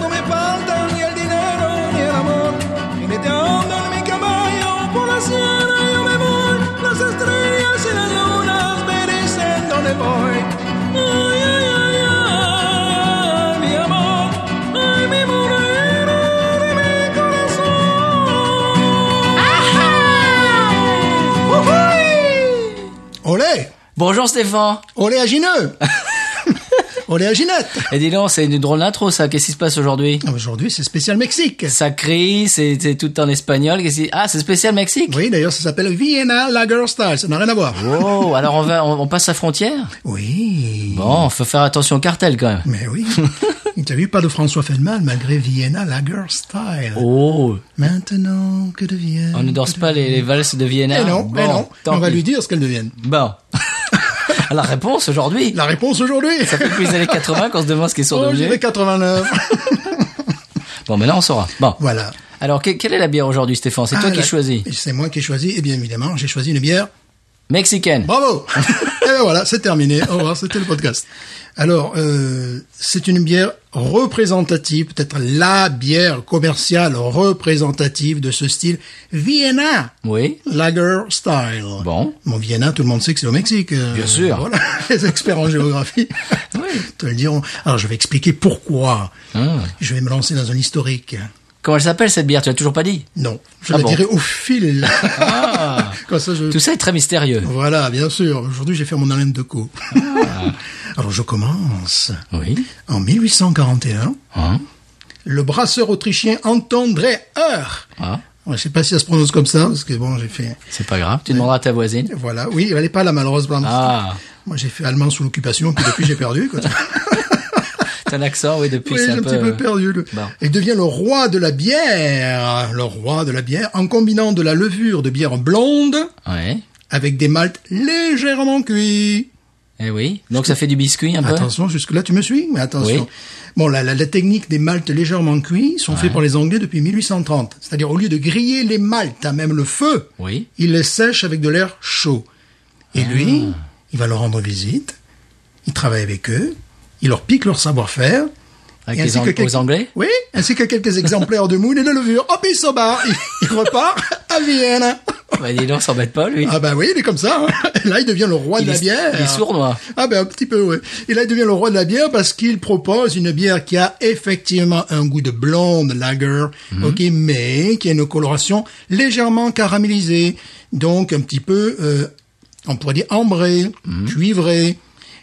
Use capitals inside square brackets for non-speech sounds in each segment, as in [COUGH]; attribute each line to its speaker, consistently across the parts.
Speaker 1: no me faltan ni el dinero ni el amor. Jineteando en mi caballo por la sierra yo me voy. Las estrellas y las lunas me dicen dónde voy. Ay, ay, ay, ay, mi amor. Ay, mi morena de mi corazón. ¡Ujú!
Speaker 2: Olé
Speaker 3: Bonjour Stéphane
Speaker 2: [LAUGHS] Oléagineux Oléaginette
Speaker 3: Et dis donc, c'est une drôle d'intro ça, qu'est-ce qui se passe aujourd'hui
Speaker 2: Ah, Aujourd'hui, c'est spécial Mexique.
Speaker 3: Ça crie, c'est c'est tout en espagnol. qu'est-ce qui- Ah, c'est spécial Mexique
Speaker 2: Oui, d'ailleurs, ça s'appelle Vienna Lager Style. Ça n'a rien à voir.
Speaker 3: Oh, alors on, va, on, on passe la frontière
Speaker 2: Oui.
Speaker 3: Bon, faut faire attention au cartel quand même.
Speaker 2: Mais
Speaker 3: [LAUGHS]
Speaker 2: oui. T'as vu, pas de François Feldman, malgré Vienna Lager Style.
Speaker 3: Oh,
Speaker 2: Maintenant, que deviennent...
Speaker 3: on ne danse pas Ah, les, les valses de Vienne.
Speaker 2: Eh non, eh non. On va lui dire ce qu'elles deviennent.
Speaker 3: Bon. [LAUGHS] À la réponse aujourd'hui.
Speaker 2: La réponse aujourd'hui
Speaker 3: Depuis les années 80 qu'on se demande ce qu'ils sont
Speaker 2: Oh, je dirais
Speaker 3: devenus. [LAUGHS]
Speaker 2: 89.
Speaker 3: Bon, mais là on saura. Bon.
Speaker 2: voilà.
Speaker 3: Alors, que- quelle est la bière aujourd'hui, Stéphane C'est toi
Speaker 2: Ah,
Speaker 3: qui
Speaker 2: la-
Speaker 3: choisis.
Speaker 2: C'est moi qui ai choisi, et bien évidemment, j'ai choisi une bière
Speaker 3: Mexicaine.
Speaker 2: Bravo [LAUGHS] Et ben voilà, c'est terminé. Au revoir, c'était le podcast. Alors, euh, c'est une bière représentative, peut-être la bière commerciale représentative de ce style Vienna
Speaker 3: Oui.
Speaker 2: Lager Style.
Speaker 3: Bon.
Speaker 2: Mon Vienna, tout le monde sait que c'est au Mexique. euh,
Speaker 3: Bien sûr.
Speaker 2: Voilà, [LAUGHS] les experts
Speaker 3: [LAUGHS]
Speaker 2: en géographie te le diront. Alors, je vais expliquer pourquoi.
Speaker 3: Ah.
Speaker 2: Je vais me lancer dans un historique.
Speaker 3: Comment elle s'appelle cette bière Tu l'as toujours pas dit
Speaker 2: Non, je
Speaker 3: Ah
Speaker 2: la
Speaker 3: bon.
Speaker 2: dirai au fil.
Speaker 3: Ah.
Speaker 2: [LAUGHS] Comme ça, je
Speaker 3: Tout ça est très mystérieux.
Speaker 2: Voilà, bien sûr. Aujourd'hui, j'ai fait mon haleine de co.
Speaker 3: Ah.
Speaker 2: [LAUGHS] Alors, je commence.
Speaker 3: Oui.
Speaker 2: En 1841,
Speaker 3: Hein
Speaker 2: le brasseur autrichien Anton Dreher.
Speaker 3: Ah.
Speaker 2: Je ne sais pas si ça se prononce comme ça, parce que bon, j'ai fait...
Speaker 3: C'est pas grave. Tu demanderas à ta voisine.
Speaker 2: Voilà, oui, elle n'est pas là, malheureusement.
Speaker 3: Ah.
Speaker 2: Moi, j'ai fait allemand sous l'occupation, puis depuis, j'ai perdu. quoi.
Speaker 3: T'as un accent, oui, [LAUGHS] depuis.
Speaker 2: Oui,
Speaker 3: c'est
Speaker 2: j'ai un petit peu perdu. le-
Speaker 3: Bon.
Speaker 2: Il devient le roi de la bière. Le roi de la bière, en combinant de la levure de bière blonde
Speaker 3: euh, Ouais.
Speaker 2: avec des maltes légèrement cuits.
Speaker 3: Eh oui. Donc ça fait du biscuit un peu.
Speaker 2: Attention, jusque-là, tu me suis Mais attention.
Speaker 3: Oui.
Speaker 2: Bon, la, la- la technique des maltes légèrement cuits sont faits par les Anglais depuis 1830. C'est-à-dire, au lieu de griller les maltes à même le feu,
Speaker 3: Oui.
Speaker 2: ils les sèchent avec de l'air chaud. Et lui,
Speaker 3: Ah.
Speaker 2: il va leur rendre visite, il travaille avec eux, il leur pique leur savoir-faire.
Speaker 3: Avec
Speaker 2: et
Speaker 3: les
Speaker 2: ainsi
Speaker 3: Ang-
Speaker 2: que
Speaker 3: aux
Speaker 2: quelques-
Speaker 3: Anglais
Speaker 2: Oui, ainsi que quelques exemplaires de moule et de levure. Hop, il s'en bat. Il, il repart à Vienne.
Speaker 3: Bah, dis donc, s'embête pas, lui.
Speaker 2: Ah bah oui, il est comme ça. hein. [LAUGHS] Et Là, il devient le roi
Speaker 3: Il
Speaker 2: de la
Speaker 3: est-
Speaker 2: bière.
Speaker 3: il est sournois.
Speaker 2: Ah ben un petit peu, oui. Et là, il devient le roi de la bière parce qu'il propose une bière qui a effectivement un goût de blonde lager,
Speaker 3: Mhm.
Speaker 2: ok, mais qui a une coloration légèrement caramélisée, donc un petit peu, euh, on pourrait dire ambrée,
Speaker 3: Mhm.
Speaker 2: cuivrée.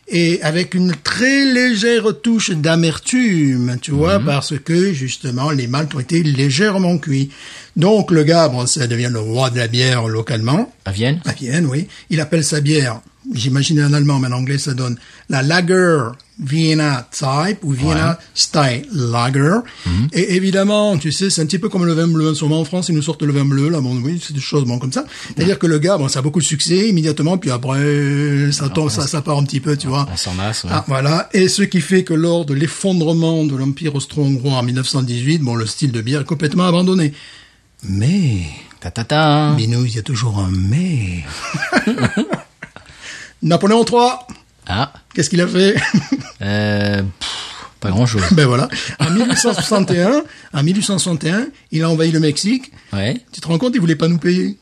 Speaker 2: Et avec une très légère touche d'amertume, tu vois,
Speaker 3: Mhm.
Speaker 2: parce que justement les maltes ont été légèrement cuits. Donc le gars, bon, ça devient le roi de la bière localement.
Speaker 3: À Vienne
Speaker 2: À Vienne, oui. Il appelle sa bière, j'imagine en allemand, mais en anglais ça donne la Lager Vienna Type ou Vienna Style Lager.
Speaker 3: Mhm.
Speaker 2: Et évidemment, tu sais, c'est un petit peu comme le vin bleu. En ce moment, en France, ils nous sortent le vin bleu. Là, bon, oui, c'est des choses bon, comme ça. C'est-à-dire que le gars, bon, ça a beaucoup de succès immédiatement, puis après, ça tombe, ça, ça part un petit peu, tu vois.
Speaker 3: Ah, On s'en masse, ouais.
Speaker 2: Ah, voilà. Et ce qui fait que lors de l'effondrement de l'Empire austro-hongrois en 1918, bon, le style de bière est complètement abandonné. Mais...
Speaker 3: Ta ta ta.
Speaker 2: Binou, il y a toujours un mais. [LAUGHS] Napoléon III,
Speaker 3: Ah.
Speaker 2: qu'est-ce qu'il a fait [LAUGHS]
Speaker 3: Euh, pff, pas grand chose.
Speaker 2: Ben voilà. En 1861, en 1861, il a envahi le Mexique.
Speaker 3: Ouais.
Speaker 2: Tu te rends compte, il voulait pas nous payer.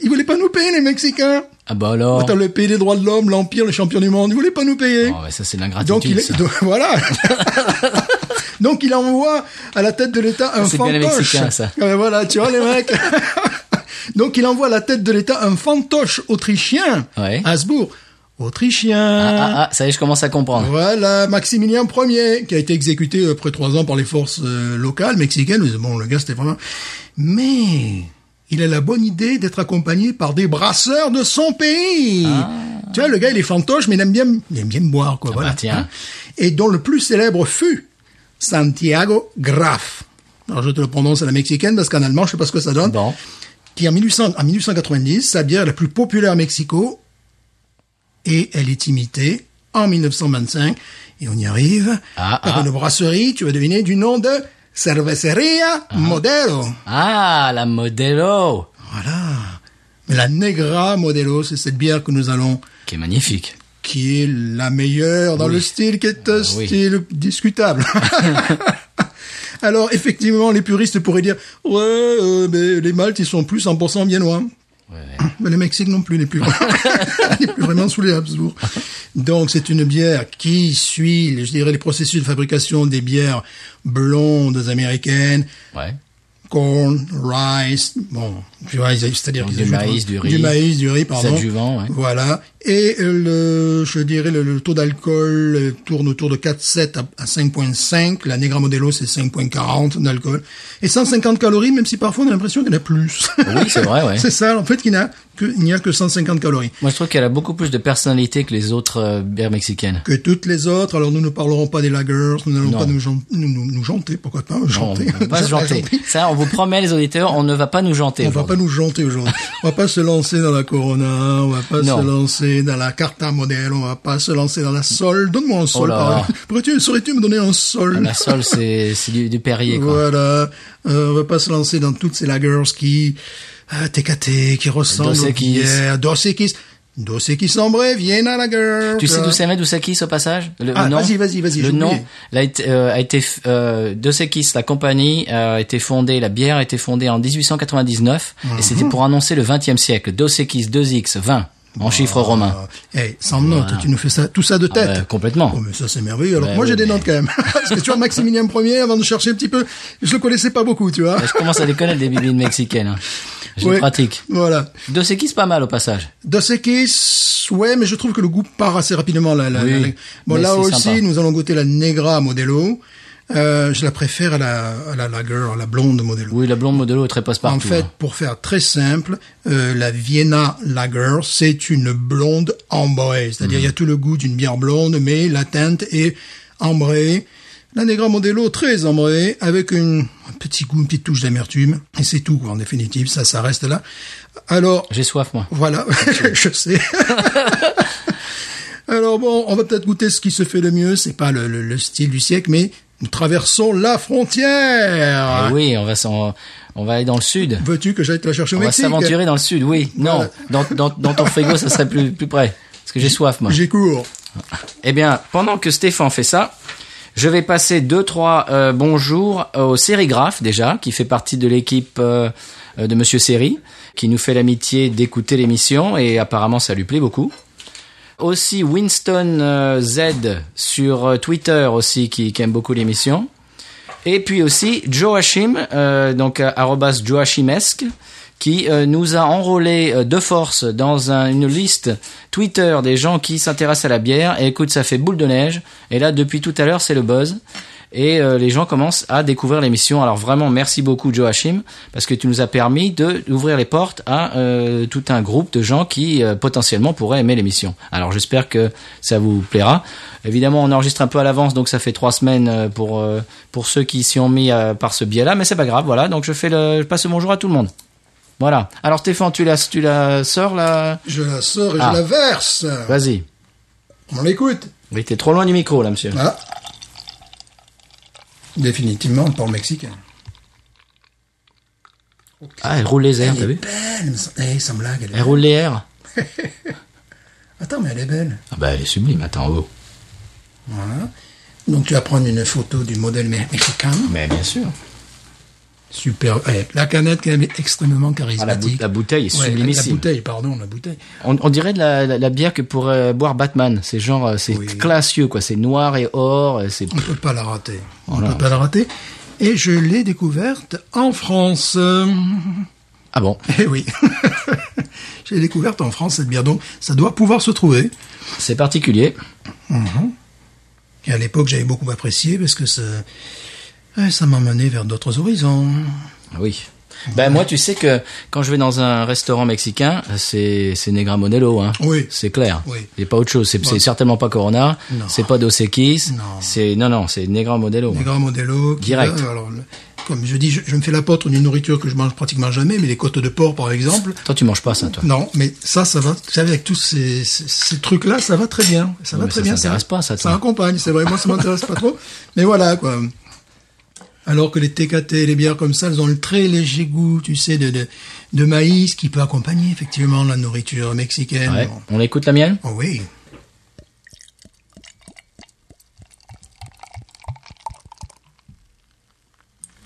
Speaker 2: Il voulait pas nous payer, les Mexicains.
Speaker 3: Ah bah alors.
Speaker 2: Attends, le pays des droits de l'homme, l'empire, les champions du monde, ils voulaient pas nous payer.
Speaker 3: Oh, ouais, ça c'est de
Speaker 2: donc
Speaker 3: l'ingratitude.
Speaker 2: il,
Speaker 3: ça.
Speaker 2: donc, [LAUGHS] voilà. donc il envoie à la tête de l'État un
Speaker 3: C'est bien les
Speaker 2: fantoche.
Speaker 3: Mexicains,
Speaker 2: [LAUGHS]
Speaker 3: ça.
Speaker 2: Ah ben voilà, tu vois les mecs. [LAUGHS] donc il envoie à la tête de l'État un fantoche autrichien.
Speaker 3: Ouais.
Speaker 2: Habsbourg,
Speaker 3: Ah,
Speaker 2: autrichien.
Speaker 3: ah, ah, ça y est, je commence à comprendre.
Speaker 2: Voilà, Maximilien Ier, qui a été exécuté euh, après trois ans par les forces euh, locales mexicaines. Mais Bon, le gars, c'était vraiment... Mais il a la bonne idée d'être accompagné par des brasseurs de son pays.
Speaker 3: Ah.
Speaker 2: Tu vois, le gars, il est fantoche, mais il aime bien, il aime bien boire, quoi. voilà.
Speaker 3: bah,
Speaker 2: Hein.
Speaker 3: tiens.
Speaker 2: Et dont le plus célèbre fut Santiago Graf. Alors, je te le prononce à la mexicaine, parce qu'en allemand, je sais pas ce que ça donne.
Speaker 3: Bon.
Speaker 2: qui en, 1800 en 1890, sa bière la plus populaire à Mexico, et elle est imitée en 1925, et on y arrive,
Speaker 3: Ah,
Speaker 2: par
Speaker 3: ah.
Speaker 2: une brasserie, tu vas deviner, du nom de Cervecería Modelo.
Speaker 3: Ah, la Modelo
Speaker 2: Voilà. Mais la Negra Modelo, c'est cette bière que nous allons
Speaker 3: Qui est magnifique.
Speaker 2: qui est la meilleure dans le style, qui est un
Speaker 3: Ah, oui.
Speaker 2: style
Speaker 3: [LAUGHS]
Speaker 2: discutable. Alors, effectivement, les puristes pourraient dire, ouais, euh, mais les Maltes, ils sont plus 100% viennois.
Speaker 3: Ouais, ouais.
Speaker 2: [COUGHS] Mais le Mexique non plus n'est plus, n'est plus vraiment sous les Habsbourg. Donc, c'est une bière qui suit, je dirais, les processus de fabrication des bières blondes américaines,
Speaker 3: Ouais.
Speaker 2: corn, rice, bon, tu vois, ils- c'est-à-dire
Speaker 3: Donc
Speaker 2: qu'ils
Speaker 3: du
Speaker 2: ajoutent-
Speaker 3: maïs, du riz.
Speaker 2: du maïs, du riz, pardon.
Speaker 3: adjuvants, ouais.
Speaker 2: Voilà. Et euh, le, je dirais, le, le taux d'alcool euh, tourne autour de 4,7 à, à 5,5. La Negra Modelo, c'est 5,40 d'alcool. Et 150 calories, même si parfois on a l'impression qu'il y en a plus.
Speaker 3: Oui, c'est vrai, ouais.
Speaker 2: [LAUGHS] c'est ça, en fait, qu'il n'y a, que- il n'y a que 150 calories.
Speaker 3: Moi, je trouve qu'elle a beaucoup plus de personnalité que les autres euh, bières mexicaines.
Speaker 2: Que toutes les autres, alors nous ne parlerons pas des lagers, nous n'allons
Speaker 3: Non.
Speaker 2: pas nous, jan- nous, nous, nous janter, pourquoi pas,
Speaker 3: On
Speaker 2: [LAUGHS] janter.
Speaker 3: va pas se janter. Ça, on vous promet, les auditeurs, on ne va pas nous janter.
Speaker 2: On va pas
Speaker 3: aujourd'hui.
Speaker 2: nous janter aujourd'hui.
Speaker 3: [LAUGHS]
Speaker 2: on va pas se lancer dans la Corona, hein. on va pas
Speaker 3: Non.
Speaker 2: se lancer dans la Carta Modèle, on va pas se lancer dans la Sol. Donne-moi un Sol,
Speaker 3: Oh là
Speaker 2: par
Speaker 3: là.
Speaker 2: exemple. Pourrais-tu, saurais-tu me donner un Sol
Speaker 3: La sol, c'est c'est du, du Perrier, quoi.
Speaker 2: Voilà. Euh, on va pas se lancer dans toutes ces lagers qui, ah, TKT, qui ressemblent
Speaker 3: Dos
Speaker 2: aux
Speaker 3: Equis.
Speaker 2: bières. Dos Equis. Dos Equis en vrai, Vienna Lager.
Speaker 3: Tu sais d'où c'est Dos Equis au passage le,
Speaker 2: euh, Ah,
Speaker 3: le nom
Speaker 2: vas-y, vas-y, vas-y, j'ai
Speaker 3: Le nom
Speaker 2: oublié.
Speaker 3: a été, euh, a été f- euh, Dos Equis, la compagnie euh, a été fondée, la bière a été fondée en 1899
Speaker 2: Ah.
Speaker 3: et c'était pour annoncer le 20e siècle. Dos Equis 2x 20 en chiffre romain.
Speaker 2: Ah, Eh, sans note, tu nous fais ça, tout ça de tête.
Speaker 3: bah, complètement.
Speaker 2: Oh, mais ça, c'est merveilleux. Alors,
Speaker 3: Bah
Speaker 2: moi,
Speaker 3: oui,
Speaker 2: j'ai des
Speaker 3: mais-
Speaker 2: notes quand même. [LAUGHS] Parce que tu vois, Maximilien Ier, avant de chercher un petit peu, je le connaissais pas beaucoup, tu vois.
Speaker 3: Je commence à les connaître des bibines mexicaines. hein. Je les
Speaker 2: Ouais.
Speaker 3: pratique.
Speaker 2: Voilà.
Speaker 3: Dos Equis pas mal au passage.
Speaker 2: Dos Equis, ouais, mais je trouve que le goût part assez rapidement. La, la-
Speaker 3: Oui,
Speaker 2: la- Bon,
Speaker 3: mais
Speaker 2: là
Speaker 3: c'est
Speaker 2: aussi,
Speaker 3: sympa.
Speaker 2: nous allons goûter la Negra Modelo. Euh, je la préfère à la, à la Lager, à la blonde Modelo.
Speaker 3: Oui, la blonde modelo très passe partout. hein.
Speaker 2: en fait, pour faire très simple, euh, la Vienna Lager, c'est une blonde ambrée. C'est-à-dire, il
Speaker 3: Mm.
Speaker 2: y a tout le goût d'une bière blonde, mais la teinte est ambrée. La Negra Modelo, très ambrée, avec une, un petit goût, une petite touche d'amertume. Et c'est tout, quoi, en définitive. Ça, ça reste là. Alors,
Speaker 3: J'ai soif moi.
Speaker 2: voilà, [LAUGHS] je
Speaker 3: [LAUGHS]
Speaker 2: sais. Alors bon, on va peut-être goûter ce qui se fait le mieux. C'est pas le, le- le style du siècle, mais nous traversons la frontière.
Speaker 3: Eh oui, on va s'en- on va aller dans le sud.
Speaker 2: Veux-tu que j'aille te la chercher au
Speaker 3: On va
Speaker 2: Mexique
Speaker 3: s'aventurer dans le sud, oui. Non, dans, dans, dans ton frigo, ça serait plus, plus près. Parce que j'ai soif, moi.
Speaker 2: J'ai cours.
Speaker 3: Eh bien, pendant que Stéphane fait ça, je vais passer deux, trois euh, bonjours au sérigraphe, déjà, qui fait partie de l'équipe euh, euh, de Monsieur Séri, qui nous fait l'amitié d'écouter l'émission, et apparemment, ça lui plaît beaucoup. Aussi Winston euh, Z sur euh, Twitter aussi, qui, qui aime beaucoup l'émission. Et puis aussi Joachim, euh, donc euh, arrobas Joachimesque, qui euh, nous a enrôlé euh, de force dans un- une liste Twitter des gens qui s'intéressent à la bière. Et écoute, ça fait boule de neige. Et là, depuis tout à l'heure, c'est le buzz. Et euh, les gens commencent à découvrir l'émission. Alors vraiment, merci beaucoup Joachim, parce que tu nous as permis de d'ouvrir les portes à euh, tout un groupe de gens qui euh, potentiellement pourraient aimer l'émission. Alors j'espère que ça vous plaira. Évidemment, on enregistre un peu à l'avance, donc ça fait trois semaines euh, pour euh, pour ceux qui s'y ont mis euh, par ce biais-là, mais c'est pas grave. Voilà, donc je fais le, je passe le bonjour à tout le monde. Voilà. Alors Stéphane, tu la tu la sors là.
Speaker 2: Je la sors et
Speaker 3: Ah.
Speaker 2: je la verse.
Speaker 3: Vas-y.
Speaker 2: On l'écoute.
Speaker 3: Oui, t'es trop loin du micro là, monsieur.
Speaker 2: Voilà. Définitivement pour le mexicain.
Speaker 3: Ah, elle roule les airs,
Speaker 2: Elle
Speaker 3: t'as
Speaker 2: est
Speaker 3: vu
Speaker 2: belle. mais sans- Eh, sans blague. Elle est
Speaker 3: Elle roule les airs.
Speaker 2: belle. Attends, mais elle est belle.
Speaker 3: Ah bah elle est sublime, attends, oh.
Speaker 2: Voilà. Donc tu vas prendre une photo du modèle me- mexicain.
Speaker 3: Mais bien sûr.
Speaker 2: Super. Eh, la canette quand même est extrêmement
Speaker 3: Ah, la, bou-
Speaker 2: charismatique.
Speaker 3: la bouteille est
Speaker 2: Ouais, la- la
Speaker 3: sublimissime.
Speaker 2: bouteille, pardon, la bouteille.
Speaker 3: On, on dirait de la, la- la bière que pourrait euh, boire Batman. C'est genre, euh, c'est
Speaker 2: Oui.
Speaker 3: classieux, quoi. C'est noir et or, euh, c'est...
Speaker 2: On ne peut pas la rater. On ne
Speaker 3: Voilà.
Speaker 2: peut pas la rater. Et je l'ai découverte
Speaker 3: [LAUGHS]
Speaker 2: en France.
Speaker 3: Ah bon
Speaker 2: Eh oui. [LAUGHS] je l'ai découverte en France, cette bière. Donc, ça doit pouvoir se trouver.
Speaker 3: C'est particulier.
Speaker 2: Et à l'époque, j'avais beaucoup apprécié parce que ça, ouais, ça m'a mené vers d'autres horizons.
Speaker 3: Ah Oui. Ben moi, tu sais que quand je vais dans un restaurant mexicain, c'est c'est Negra Modelo, hein.
Speaker 2: Oui.
Speaker 3: C'est clair.
Speaker 2: Oui.
Speaker 3: Il n'y a pas autre chose. C'est c'est certainement pas Corona.
Speaker 2: Non.
Speaker 3: C'est pas Dos Equis.
Speaker 2: Non.
Speaker 3: C'est non non, c'est Negra Modelo.
Speaker 2: Les grands modelos. qui-
Speaker 3: Direct.
Speaker 2: euh, alors, le- comme je dis, je, je me fais l'apôtre d'une nourriture que je mange pratiquement jamais, mais les côtes de porc par exemple.
Speaker 3: Toi, tu manges pas ça, toi.
Speaker 2: Non, mais ça, ça va. Vous savez, avec tous ces, ces, ces trucs-là, ça va très bien. Ça
Speaker 3: Ouais,
Speaker 2: va
Speaker 3: mais
Speaker 2: très
Speaker 3: ça
Speaker 2: bien.
Speaker 3: t'intéresse pas, ça, toi.
Speaker 2: Ça accompagne. C'est vrai,
Speaker 3: [LAUGHS]
Speaker 2: moi, ça m'intéresse pas trop. Mais voilà, quoi. Alors que les TKT, les bières comme ça, elles ont le très léger goût, tu sais, de, de, de maïs qui peut accompagner effectivement la nourriture mexicaine.
Speaker 3: Ouais.
Speaker 2: Bon.
Speaker 3: On écoute la mienne
Speaker 2: Oh oui.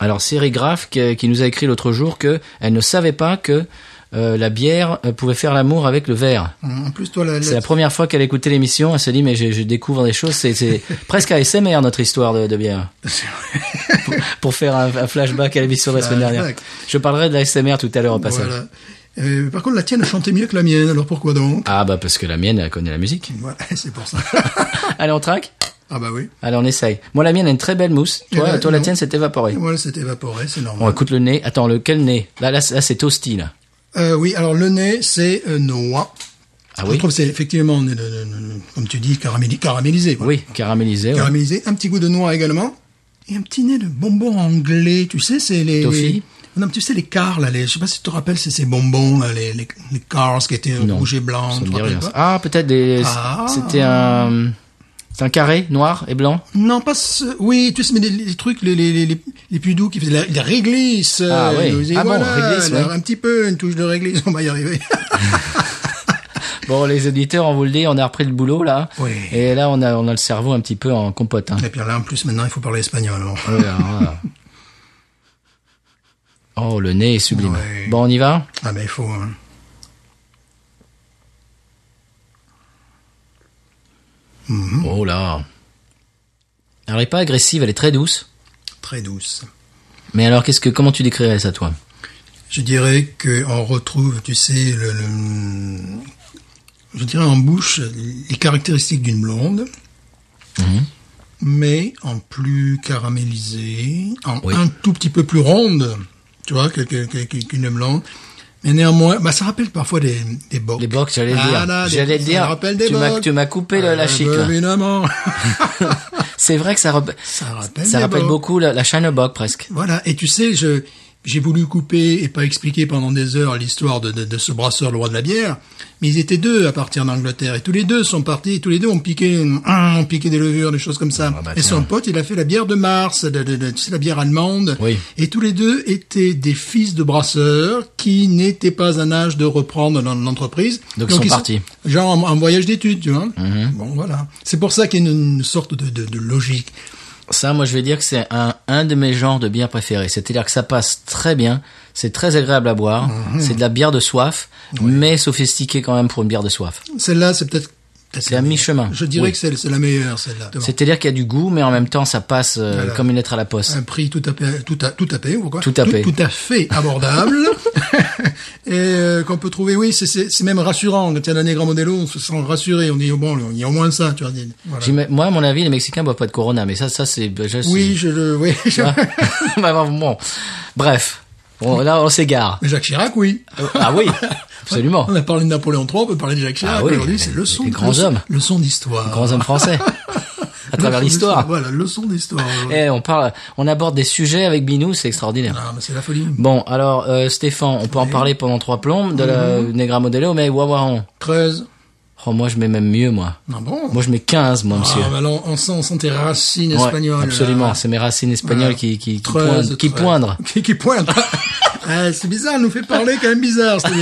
Speaker 3: Alors, Sérigraphe qui, qui nous a écrit l'autre jour que elle ne savait pas que euh, la bière euh, pouvait faire l'amour avec le verre.
Speaker 2: En plus, toi, la, la-
Speaker 3: C'est la première fois qu'elle écoutait l'émission, elle s'est dit mais je, je découvre des choses, c'est-
Speaker 2: [LAUGHS]
Speaker 3: c'est presque ASMR notre histoire de, de bière. pour, pour faire un, un flashback à l'émission de la semaine dernière.
Speaker 2: Flashback.
Speaker 3: Je parlerai de l'ASMR tout à l'heure au passage.
Speaker 2: voilà. Euh, par contre, la tienne chantait mieux que la mienne. Alors pourquoi donc
Speaker 3: Ah bah parce que la mienne elle connaît la musique.
Speaker 2: Voilà, [LAUGHS] c'est pour ça.
Speaker 3: [LAUGHS] Allez on traque
Speaker 2: ah bah oui.
Speaker 3: Allez on essaye. Moi la mienne a une très belle mousse, toi,
Speaker 2: Eh ben,
Speaker 3: toi la
Speaker 2: non.
Speaker 3: tienne s'est évaporée.
Speaker 2: Voilà, c'est évaporé, c'est normal.
Speaker 3: On écoute le nez. Attends, lequel nez Là, là, c'est- là, c'est toasty, là.
Speaker 2: Euh, oui, alors le nez, c'est euh, noix.
Speaker 3: Ah
Speaker 2: Je
Speaker 3: oui
Speaker 2: trouve que c'est effectivement, le- le- le- le- euh, comme tu dis, caraméli- caramélisé. quoi.
Speaker 3: Oui, caramélisé. ouais.
Speaker 2: Caramélisé, un petit goût de noix également. Et un petit nez de bonbons anglais, tu sais, c'est les...
Speaker 3: Toffee.
Speaker 2: les- Non, mais tu sais, les cars, là, les, je sais pas si tu te rappelles, c'est ces bonbons, là, les, les, les cars qui étaient euh,
Speaker 3: Non,
Speaker 2: rouges et blancs.
Speaker 3: Ça
Speaker 2: tu
Speaker 3: me
Speaker 2: te
Speaker 3: dit
Speaker 2: rappelles
Speaker 3: rien,
Speaker 2: pas
Speaker 3: ça. Ah, peut-être des...
Speaker 2: Ah.
Speaker 3: C'était un... C'est un carré noir et blanc
Speaker 2: Non, pas ce... Oui, tu sais, mais les, les trucs, les, les, les, les, les plus doux qui faisaient la- les réglisses.
Speaker 3: Ah,
Speaker 2: euh,
Speaker 3: oui.
Speaker 2: nous, et
Speaker 3: Ah bon,
Speaker 2: voilà,
Speaker 3: réglisse,
Speaker 2: là,
Speaker 3: ouais.
Speaker 2: Un petit peu, une touche de réglisse, [LAUGHS] on va y arriver.
Speaker 3: Bon, les auditeurs, on vous le dit, on a repris le boulot, là.
Speaker 2: Oui.
Speaker 3: Et là, on a, on a le cerveau un petit peu en
Speaker 2: [LAUGHS]
Speaker 3: compote. hein.
Speaker 2: et puis là, en plus, maintenant, il faut parler espagnol. alors.
Speaker 3: Ouais, alors, voilà. Oh, le nez est sublime.
Speaker 2: Ouais.
Speaker 3: Bon, on y va
Speaker 2: Ah, mais il faut... hein. Hmm.
Speaker 3: Oh là Alors, elle est pas agressive, elle est très douce.
Speaker 2: Très douce.
Speaker 3: Mais alors, qu'est-ce que, comment tu décrirais ça, toi
Speaker 2: Je dirais que on retrouve, tu sais, le, le- je dirais en bouche les caractéristiques d'une blonde,
Speaker 3: Mhm.
Speaker 2: mais en plus caramélisée, en
Speaker 3: Oui.
Speaker 2: un tout petit peu plus ronde, tu vois, que- que- que- que- qu'une blonde. Mais néanmoins, bah, ça rappelle parfois des, des bocs.
Speaker 3: Les box, j'allais le
Speaker 2: Ah
Speaker 3: dire.
Speaker 2: là, des-
Speaker 3: J'allais le
Speaker 2: ça
Speaker 3: dire.
Speaker 2: me rappelle des
Speaker 3: tu m'as,
Speaker 2: bocs.
Speaker 3: tu m'as coupé le- la
Speaker 2: Ah,
Speaker 3: chic,
Speaker 2: bah,
Speaker 3: là. [LAUGHS]
Speaker 2: Évidemment.
Speaker 3: C'est vrai que ça, rep-
Speaker 2: ça rappelle,
Speaker 3: ça
Speaker 2: des
Speaker 3: rappelle
Speaker 2: bocs.
Speaker 3: beaucoup la, la Shinebog, presque.
Speaker 2: Voilà, et tu sais, je j'ai voulu couper et pas expliquer pendant des heures l'histoire de, de, de ce brasseur, le roi de la bière, mais ils étaient deux à partir d'Angleterre, et tous les deux sont partis, et tous les deux ont piqué, ont piqué des levures, des choses comme ça.
Speaker 3: Ah bah
Speaker 2: et
Speaker 3: tiens.
Speaker 2: son pote, il a fait la bière de Mars, de, de- de- tu sais, la bière allemande,
Speaker 3: Oui.
Speaker 2: et tous les deux étaient des fils de brasseurs qui n'étaient pas à un âge de reprendre l'en- l'entreprise.
Speaker 3: Donc ils sont partis. Mm-hmm.
Speaker 2: Genre en, en voyage d'études, tu vois. Bon, voilà. C'est pour ça qu'il y a une, une sorte de, de, de logique.
Speaker 3: Ça, moi, je vais dire que c'est un, un de mes genres de bières préférés. C'est-à-dire que ça passe très bien, c'est très agréable à boire,
Speaker 2: Mhm.
Speaker 3: c'est de la bière de soif, mais sophistiquée quand même pour une bière de soif.
Speaker 2: Celle-là, c'est peut-être...
Speaker 3: C'est à mi-chemin.
Speaker 2: Je dirais
Speaker 3: Oui.
Speaker 2: que c'est c'est la meilleure, celle-là.
Speaker 3: C'est-à-dire qu'il y a du goût, mais en même temps, ça passe euh,
Speaker 2: Voilà. Ah,
Speaker 3: comme une lettre à la poste.
Speaker 2: Un prix tout à fait, tout à, tout à fait, ou quoi
Speaker 3: Tout à fait.
Speaker 2: tout, à fait
Speaker 3: [LAUGHS]
Speaker 2: abordable et euh, qu'on peut trouver. Oui, c'est- c'est c'est même rassurant. Quand il y a la Negra Modelo, on se sent rassuré. On dit oh, bon, il y a au moins ça. Tu vois, dit- voilà.
Speaker 3: J'im- Moi, à mon avis, les Mexicains boivent pas de Corona, mais ça, ça, c'est... je-
Speaker 2: Oui, je le, [LAUGHS] oui. je-
Speaker 3: Ah. [LAUGHS] Bah, bah, bon. Bref. Bon, là, on s'égare.
Speaker 2: Mais Jacques Chirac, oui.
Speaker 3: Ah oui, absolument.
Speaker 2: On a parlé de Napoléon III, on peut parler de Jacques Chirac.
Speaker 3: Ah oui,
Speaker 2: Aujourd'hui,
Speaker 3: les-
Speaker 2: c'est le son
Speaker 3: les
Speaker 2: de-
Speaker 3: grands
Speaker 2: le-
Speaker 3: hommes.
Speaker 2: le son d'histoire.
Speaker 3: Grands hommes français. À travers
Speaker 2: Le son
Speaker 3: l'histoire.
Speaker 2: Voilà, le son d'histoire. aujourd'hui.
Speaker 3: Eh, on parle, on aborde des sujets avec Binou, c'est extraordinaire.
Speaker 2: Ah, mais c'est la folie.
Speaker 3: Bon, alors euh, Stéphane, on peut en parler pendant trois plombes de la
Speaker 2: Mhm.
Speaker 3: Negra Modelo, mais Wawaron.
Speaker 2: 13.
Speaker 3: Oh, moi je mets même mieux, moi.
Speaker 2: Non, bon.
Speaker 3: Moi je mets 15, moi, monsieur.
Speaker 2: Ah, bah, alors, on sent, on sent tes racines
Speaker 3: Ouais,
Speaker 2: espagnoles. là.
Speaker 3: absolument, c'est mes racines espagnoles
Speaker 2: Voilà.
Speaker 3: qui, qui, qui,
Speaker 2: Treize,
Speaker 3: poindent, qui
Speaker 2: treize.
Speaker 3: poindrent.
Speaker 2: [LAUGHS] Qui,
Speaker 3: [LAUGHS]
Speaker 2: qui poindre. Ah, c'est bizarre, elle nous fait parler quand même bizarre, cest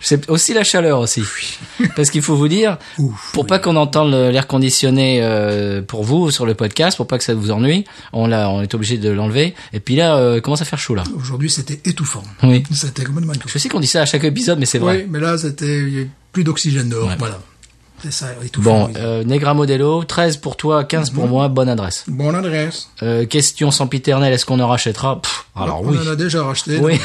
Speaker 3: C'est aussi la chaleur aussi. [LAUGHS] Parce qu'il faut vous dire,
Speaker 2: Ouf,
Speaker 3: pour
Speaker 2: oui.
Speaker 3: pas qu'on entende le- l'air conditionné euh, pour vous sur le podcast, pour pas que ça vous ennuie, on, l'a, on est obligé de l'enlever. Et puis là, euh, commence à faire chaud là.
Speaker 2: [LAUGHS] Aujourd'hui, c'était étouffant.
Speaker 3: Oui.
Speaker 2: C'était complètement étouffant.
Speaker 3: Je sais qu'on dit ça à chaque épisode, mais c'est vrai.
Speaker 2: Oui, mais là, c'était il y avait plus d'oxygène dehors.
Speaker 3: Ouais.
Speaker 2: Voilà. C'est ça, étouffant.
Speaker 3: Bon,
Speaker 2: oui. Mhm.
Speaker 3: euh, Negra Modelo, 13 pour toi, 15 pour moi, bonne adresse.
Speaker 2: Bon, l'adresse.
Speaker 3: Euh, question sempiternelle, est-ce qu'on en rachètera Pff, Alors [LAUGHS]
Speaker 2: On
Speaker 3: oui.
Speaker 2: en a déjà racheté. [LAUGHS]
Speaker 3: Oui,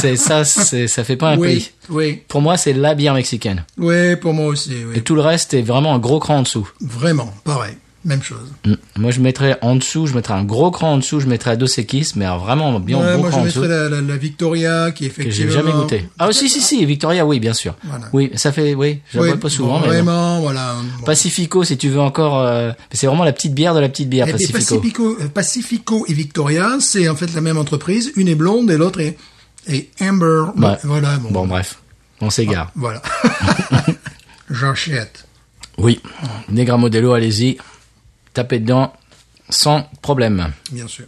Speaker 3: c'est ça, c'est ça fait pas un
Speaker 2: Oui,
Speaker 3: pays.
Speaker 2: oui,
Speaker 3: Pour moi, c'est la bière mexicaine.
Speaker 2: oui, pour moi aussi,
Speaker 3: Et
Speaker 2: oui.
Speaker 3: tout le reste est vraiment un gros cran en dessous.
Speaker 2: Vraiment, pareil. même chose.
Speaker 3: Mm. Moi, je mettrais en dessous, je mettrais un gros cran en dessous, je mettrais à Dos Equis, mais alors vraiment bien
Speaker 2: Ouais,
Speaker 3: un gros
Speaker 2: moi, je
Speaker 3: cran en
Speaker 2: mettrais
Speaker 3: dessous.
Speaker 2: la, la- la Victoria qui
Speaker 3: Que
Speaker 2: effectivement.
Speaker 3: j'ai jamais goûté. Ah, si, si, si, Victoria, oui, bien sûr.
Speaker 2: Voilà.
Speaker 3: Oui, ça fait, oui, je la
Speaker 2: Oui,
Speaker 3: bois pas souvent, mais.
Speaker 2: bon,
Speaker 3: bon.
Speaker 2: Vraiment, voilà. Bon.
Speaker 3: Pacifico, si tu veux encore, euh, c'est vraiment la petite bière de la petite bière,
Speaker 2: Et puis
Speaker 3: Pacifico.
Speaker 2: Eh Pacifico, euh, Pacifico et Victoria, c'est en fait la même entreprise. Une est blonde et l'autre est, est Amber.
Speaker 3: Ouais.
Speaker 2: Voilà. Bon,
Speaker 3: Bon, bah. bref. On s'égare.
Speaker 2: voilà. [LAUGHS] J'achète.
Speaker 3: Ah, Oui. Negra Modelo, allez-y. Tapez dedans. Sans problème.
Speaker 2: Bien sûr.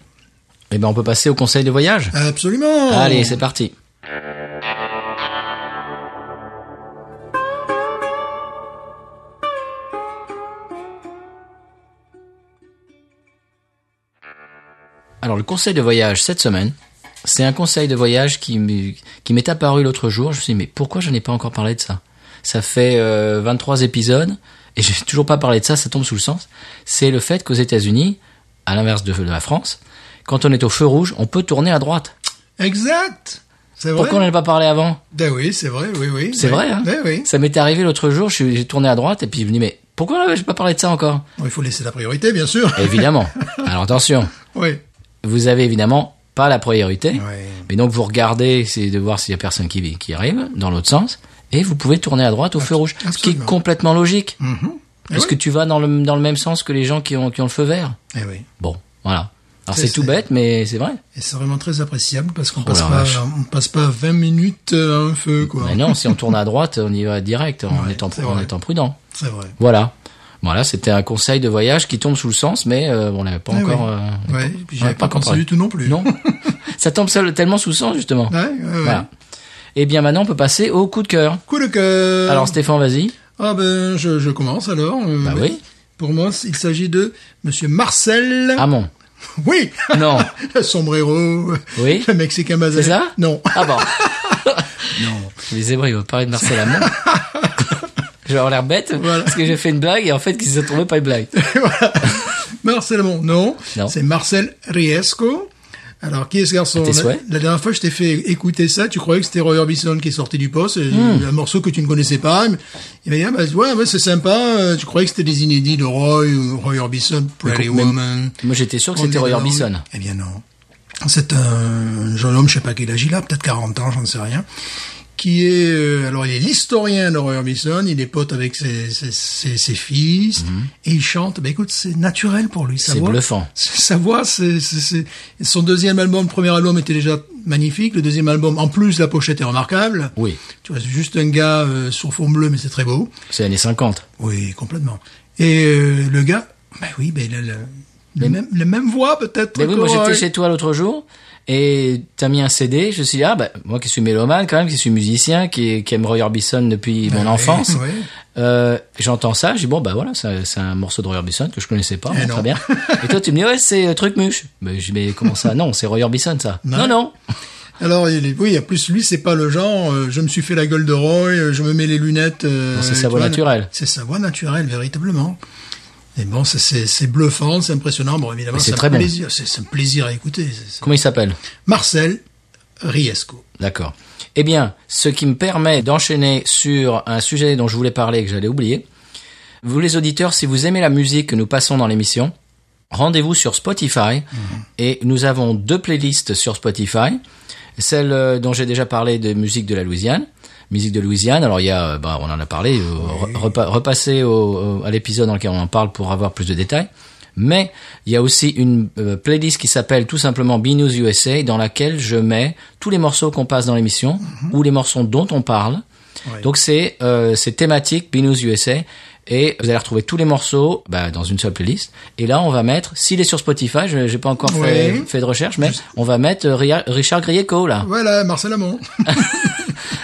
Speaker 3: Eh ben, on peut passer au conseil de voyage.
Speaker 2: Absolument.
Speaker 3: Allez, c'est parti. Alors le conseil de voyage cette semaine, c'est un conseil de voyage qui m'est qui m'est apparu l'autre jour. Je me suis dit mais pourquoi je n'ai pas encore parlé de ça Ça fait euh, 23 épisodes et j'ai toujours pas parlé de ça. Ça tombe sous le sens. C'est le fait qu'aux États-Unis, à l'inverse de, de la France, quand on est au feu rouge, on peut tourner à droite.
Speaker 2: Exact. C'est vrai.
Speaker 3: Pourquoi on n'en a pas parlé avant
Speaker 2: Ben oui, c'est vrai. Oui, oui.
Speaker 3: C'est
Speaker 2: Oui.
Speaker 3: vrai, hein
Speaker 2: Ben oui.
Speaker 3: Ça m'est arrivé l'autre jour, je suis- j'ai tourné à droite et puis je me dis mais pourquoi je n'ai pas parlé de ça encore
Speaker 2: Il faut laisser la priorité, bien sûr. [LAUGHS]
Speaker 3: Évidemment. Alors attention,
Speaker 2: oui.
Speaker 3: vous avez évidemment pas la priorité.
Speaker 2: Ouais.
Speaker 3: Mais donc vous regardez, c'est de voir s'il y a personne qui, qui arrive dans l'autre sens et vous pouvez tourner à droite au feu rouge, ce qui est
Speaker 2: absolument.
Speaker 3: complètement logique.
Speaker 2: Eh
Speaker 3: Parce
Speaker 2: oui.
Speaker 3: que tu vas dans le, dans le même sens que les gens qui ont, qui ont le feu vert.
Speaker 2: Eh oui.
Speaker 3: Bon, voilà. Alors
Speaker 2: C'est-
Speaker 3: c'est tout
Speaker 2: c'est-
Speaker 3: bête, mais c'est vrai.
Speaker 2: Et c'est vraiment très appréciable parce qu'on
Speaker 3: Oh la
Speaker 2: passe pas,
Speaker 3: vache.
Speaker 2: on passe pas 20 minutes à un feu, quoi.
Speaker 3: Mais non, si on tourne à droite, on y va direct en,
Speaker 2: Ouais,
Speaker 3: étant,
Speaker 2: c'est
Speaker 3: en
Speaker 2: vrai.
Speaker 3: étant prudent.
Speaker 2: C'est vrai.
Speaker 3: Voilà. Voilà, c'était un conseil de voyage qui tombe sous le sens, mais euh, on l'avait pas
Speaker 2: Eh
Speaker 3: encore.
Speaker 2: oui.
Speaker 3: euh, on
Speaker 2: Ouais,
Speaker 3: l'avait
Speaker 2: et puis
Speaker 3: on l'avait
Speaker 2: j'avais pas pensé
Speaker 3: comparé.
Speaker 2: du tout non plus. [LAUGHS]
Speaker 3: Non. Ça tombe seul- tellement sous le sens, justement.
Speaker 2: Ah, Ouais, ouais, ouais.
Speaker 3: Voilà. Et bien maintenant, on peut passer au coup de cœur.
Speaker 2: Coup de cœur.
Speaker 3: Alors Stéphane, vas-y.
Speaker 2: Ah ben, je, je commence alors. Euh,
Speaker 3: Bah oui.
Speaker 2: Pour moi, il s'agit de Monsieur Marcel.
Speaker 3: Amon.
Speaker 2: Oui. [LAUGHS]
Speaker 3: Non.
Speaker 2: le sombrero.
Speaker 3: Oui.
Speaker 2: Le Mexicain Mazet.
Speaker 3: C'est ça
Speaker 2: Non. [LAUGHS]
Speaker 3: Ah bon. Les Hébreux, ils vont parler de Marcel
Speaker 2: [LAUGHS]
Speaker 3: Amon. Je vais avoir l'air bête parce que j'ai fait une blague et en fait, qu'ils se sont trompés, pas une blague.
Speaker 2: Ah Voilà. Marcel Amont, non.
Speaker 3: Non.
Speaker 2: C'est Marcel Riesco. Alors, qui est ce
Speaker 3: À
Speaker 2: garçon
Speaker 3: tes
Speaker 2: la,
Speaker 3: souhaits.
Speaker 2: la dernière fois, je t'ai fait écouter ça. Tu croyais que c'était Roy Orbison qui est sorti du poste. et
Speaker 3: Hmm.
Speaker 2: Un morceau que tu ne connaissais pas. Il m'a dit, ah, bah, ouais, ouais, c'est sympa. euh, Tu croyais que c'était des inédits de Roy, ou Roy Orbison, Pretty
Speaker 3: Mais-
Speaker 2: Woman.
Speaker 3: Moi, j'étais sûr que
Speaker 2: On
Speaker 3: c'était
Speaker 2: est
Speaker 3: Roy
Speaker 2: dans-
Speaker 3: Orbison.
Speaker 2: Eh bien non. C'est un jeune homme, je sais pas quel âge il a, peut-être 40 ans, j'en sais rien, qui est, euh, alors il est l'historien de Roy Orbison, il est pote avec ses, ses, ses- ses fils, et il chante, ben écoute, c'est naturel pour lui, sa
Speaker 3: Mhm. C'est
Speaker 2: voix.
Speaker 3: bluffant.
Speaker 2: Sa voix, c'est, c'est- c'est- son deuxième album, le premier album était déjà magnifique, le deuxième album, en plus, la pochette est remarquable.
Speaker 3: Oui.
Speaker 2: Tu vois, c'est juste un gars euh, sur fond bleu, mais c'est très beau.
Speaker 3: C'est les années 50.
Speaker 2: Oui, complètement. Et euh, le gars, ben oui, ben il a le- le même, la même voix peut-être.
Speaker 3: Mais
Speaker 2: hein.
Speaker 3: oui, moi
Speaker 2: que
Speaker 3: j'étais
Speaker 2: Roy.
Speaker 3: chez toi l'autre jour et t'as mis un CD. Je me suis dit, ah bah, moi qui suis mélomane quand même, qui suis musicien, qui, qui aime Roy Orbison depuis mon
Speaker 2: ouais,
Speaker 3: enfance,
Speaker 2: ouais.
Speaker 3: euh, j'entends ça, je dis bon bah voilà, c'est c'est un morceau de Roy Orbison que je connaissais pas,
Speaker 2: Eh
Speaker 3: bon,
Speaker 2: non.
Speaker 3: très bien. Et toi tu me dis ouais c'est euh, truc muche. Mais je dis mais comment ça Non, c'est Roy Orbison ça. Non non.
Speaker 2: Alors il est, oui, en plus lui, c'est pas le genre. euh, je me suis fait la gueule de Roy, euh, je me mets les lunettes. euh,
Speaker 3: Non, c'est sa
Speaker 2: tu
Speaker 3: voix
Speaker 2: vois,
Speaker 3: naturelle.
Speaker 2: C'est sa voix naturelle véritablement. Et bon, c'est- c'est c'est bluffant, c'est impressionnant. Bon, évidemment,
Speaker 3: Mais c'est
Speaker 2: c'est
Speaker 3: très
Speaker 2: un
Speaker 3: bon.
Speaker 2: plaisir. C'est c'est un plaisir à écouter. c'est- c'est-
Speaker 3: Comment il s'appelle
Speaker 2: Marcel Riesco.
Speaker 3: D'accord. Eh bien, ce qui me permet d'enchaîner sur un sujet dont je voulais parler et que j'allais oublier. Vous les auditeurs, si vous aimez la musique que nous passons dans l'émission, rendez-vous sur Spotify et nous avons deux playlists sur Spotify. Celle euh, dont j'ai déjà parlé de musique de la Louisiane, musique de Louisiane. Alors il y a, euh, bah, on en a parlé, euh, re- repa- repassez au- au- à l'épisode dans lequel on en parle pour avoir plus de détails. Mais il y a aussi une euh, playlist qui s'appelle tout simplement B-News USA dans laquelle je mets tous les morceaux qu'on passe dans l'émission ou les morceaux dont on parle.
Speaker 2: Ouais.
Speaker 3: Donc c'est euh, c'est thématique B-News USA et vous allez retrouver tous les morceaux bah, dans une seule playlist. Et là on va mettre, s'il est sur Spotify, je j'ai pas encore fait,
Speaker 2: Ouais.
Speaker 3: fait de recherche, mais on va mettre euh, Ria- Richard Grieco là,
Speaker 2: Voilà, Marcel Amont.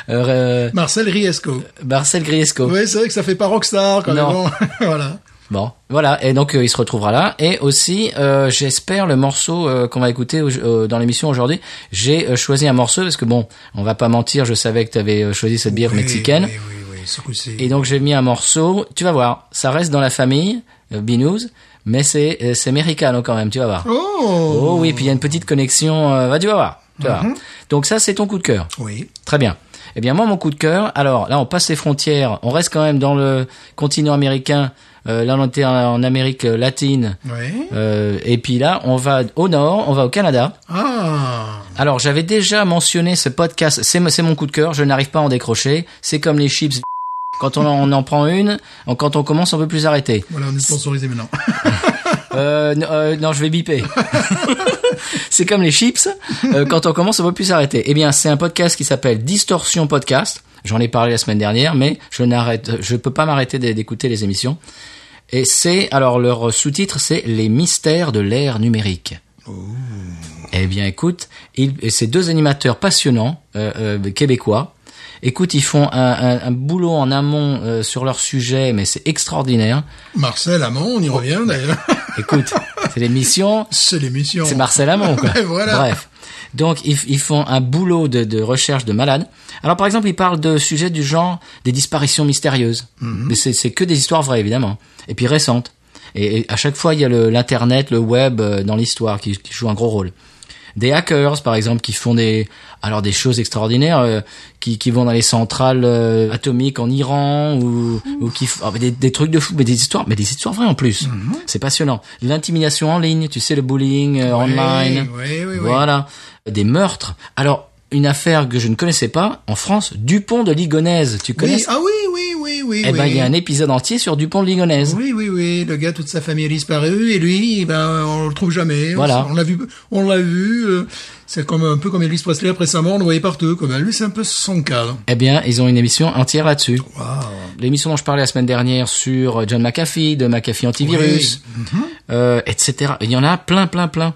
Speaker 3: Euh, euh,
Speaker 2: [LAUGHS] Marcel Riesco.
Speaker 3: Marcel Griesco.
Speaker 2: Oui, c'est vrai que ça fait pas rockstar quand
Speaker 3: Non.
Speaker 2: même. [LAUGHS] voilà.
Speaker 3: Bon, voilà, et donc euh, il se retrouvera là. Et aussi, euh, j'espère le morceau euh, qu'on va écouter au- euh, dans l'émission aujourd'hui. J'ai euh, choisi un morceau parce que bon, on va pas mentir, je savais que tu avais choisi cette bière
Speaker 2: Oui,
Speaker 3: mexicaine.
Speaker 2: Oui, oui, oui, ce coup-ci.
Speaker 3: Et donc j'ai mis un morceau, tu vas voir, ça reste dans la famille, euh, Binous, mais c'est euh, c'est mexicano quand même, tu vas voir.
Speaker 2: Oh. Mm-hmm.
Speaker 3: Oh oui, puis il y a une petite connexion, euh, va tu vas voir. Tu vas voir. Donc ça c'est ton coup de cœur.
Speaker 2: Oui.
Speaker 3: Très bien. Eh bien, moi, mon coup de cœur, alors là, on passe les frontières, on reste quand même dans le continent américain Euh, là, on était en, en Amérique euh, latine.
Speaker 2: Ouais.
Speaker 3: Euh, et puis là, on va au nord, on va au Canada.
Speaker 2: Ah.
Speaker 3: Alors, j'avais déjà mentionné ce podcast. C'est mo- c'est mon coup de cœur. Je n'arrive pas à en décrocher. C'est comme les chips. Quand on en, on en prend une, on- quand on commence, on peut plus arrêter.
Speaker 2: Voilà, on est sponsorisé maintenant.
Speaker 3: Euh, n- euh, non, je vais biper. [LAUGHS] c'est comme les chips. Euh, quand on commence, on peut plus s'arrêter. Eh bien, c'est un podcast qui s'appelle Distorsion Podcast. J'en ai parlé la semaine dernière, mais je n'arrête, je peux pas m'arrêter d'é- d'écouter les émissions. Et c'est, alors leur sous-titre, c'est Les mystères de l'ère numérique. Eh bien, écoute, il, et ces deux animateurs passionnants euh, euh, québécois, écoute, ils font un, un- un boulot en amont euh, sur leur sujet, mais c'est extraordinaire.
Speaker 2: Marcel Amont, on
Speaker 3: Oh.
Speaker 2: y revient d'ailleurs. [LAUGHS]
Speaker 3: Écoute, c'est l'émission,
Speaker 2: C'est l'émission.
Speaker 3: c'est Marcel Amont, quoi.
Speaker 2: [LAUGHS] Ouais, voilà.
Speaker 3: Bref. Donc, ils, ils font un boulot de, de recherche de malade. Alors, par exemple, ils parlent de sujets du genre des disparitions mystérieuses.
Speaker 2: Mhm.
Speaker 3: Mais c'est, c'est que des histoires vraies, évidemment. Et puis récentes. Et, et à chaque fois, il y a le- l'Internet, le web euh, dans l'histoire qui, qui joue un gros rôle. Des hackers, par exemple, qui font des, alors des choses extraordinaires, euh, qui, qui vont dans les centrales euh, atomiques en Iran ou, ou qui, f- ah, mais des, des trucs de fou, mais des histoires, mais des histoires vraies en plus.
Speaker 2: Mhm.
Speaker 3: C'est passionnant. L'intimidation en ligne, tu sais, le bullying euh,
Speaker 2: Oui,
Speaker 3: online.
Speaker 2: oui, oui, oui.
Speaker 3: Voilà. Des meurtres. Alors, une affaire que je ne connaissais pas, en France, Dupont de Ligonnès. Tu connais
Speaker 2: Oui,
Speaker 3: ça
Speaker 2: ah oui, oui, oui, oui.
Speaker 3: Eh
Speaker 2: oui.
Speaker 3: ben, il y a un épisode entier sur Dupont de Ligonnès.
Speaker 2: Oui, oui, oui. Le gars, toute sa famille a disparu et lui, ben, on le trouve jamais. On
Speaker 3: Voilà.
Speaker 2: s- On l'a vu, on l'a vu. euh, c'est comme un peu comme Elvis Presley après sa mort, on le voyait partout. Comme lui, c'est un peu son cas. hein.
Speaker 3: Eh bien, ils ont une émission entière là-dessus.
Speaker 2: Waouh.
Speaker 3: L'émission dont je parlais la semaine dernière sur John McAfee, de McAfee Antivirus, euh, etc. Il y en a plein, plein, plein.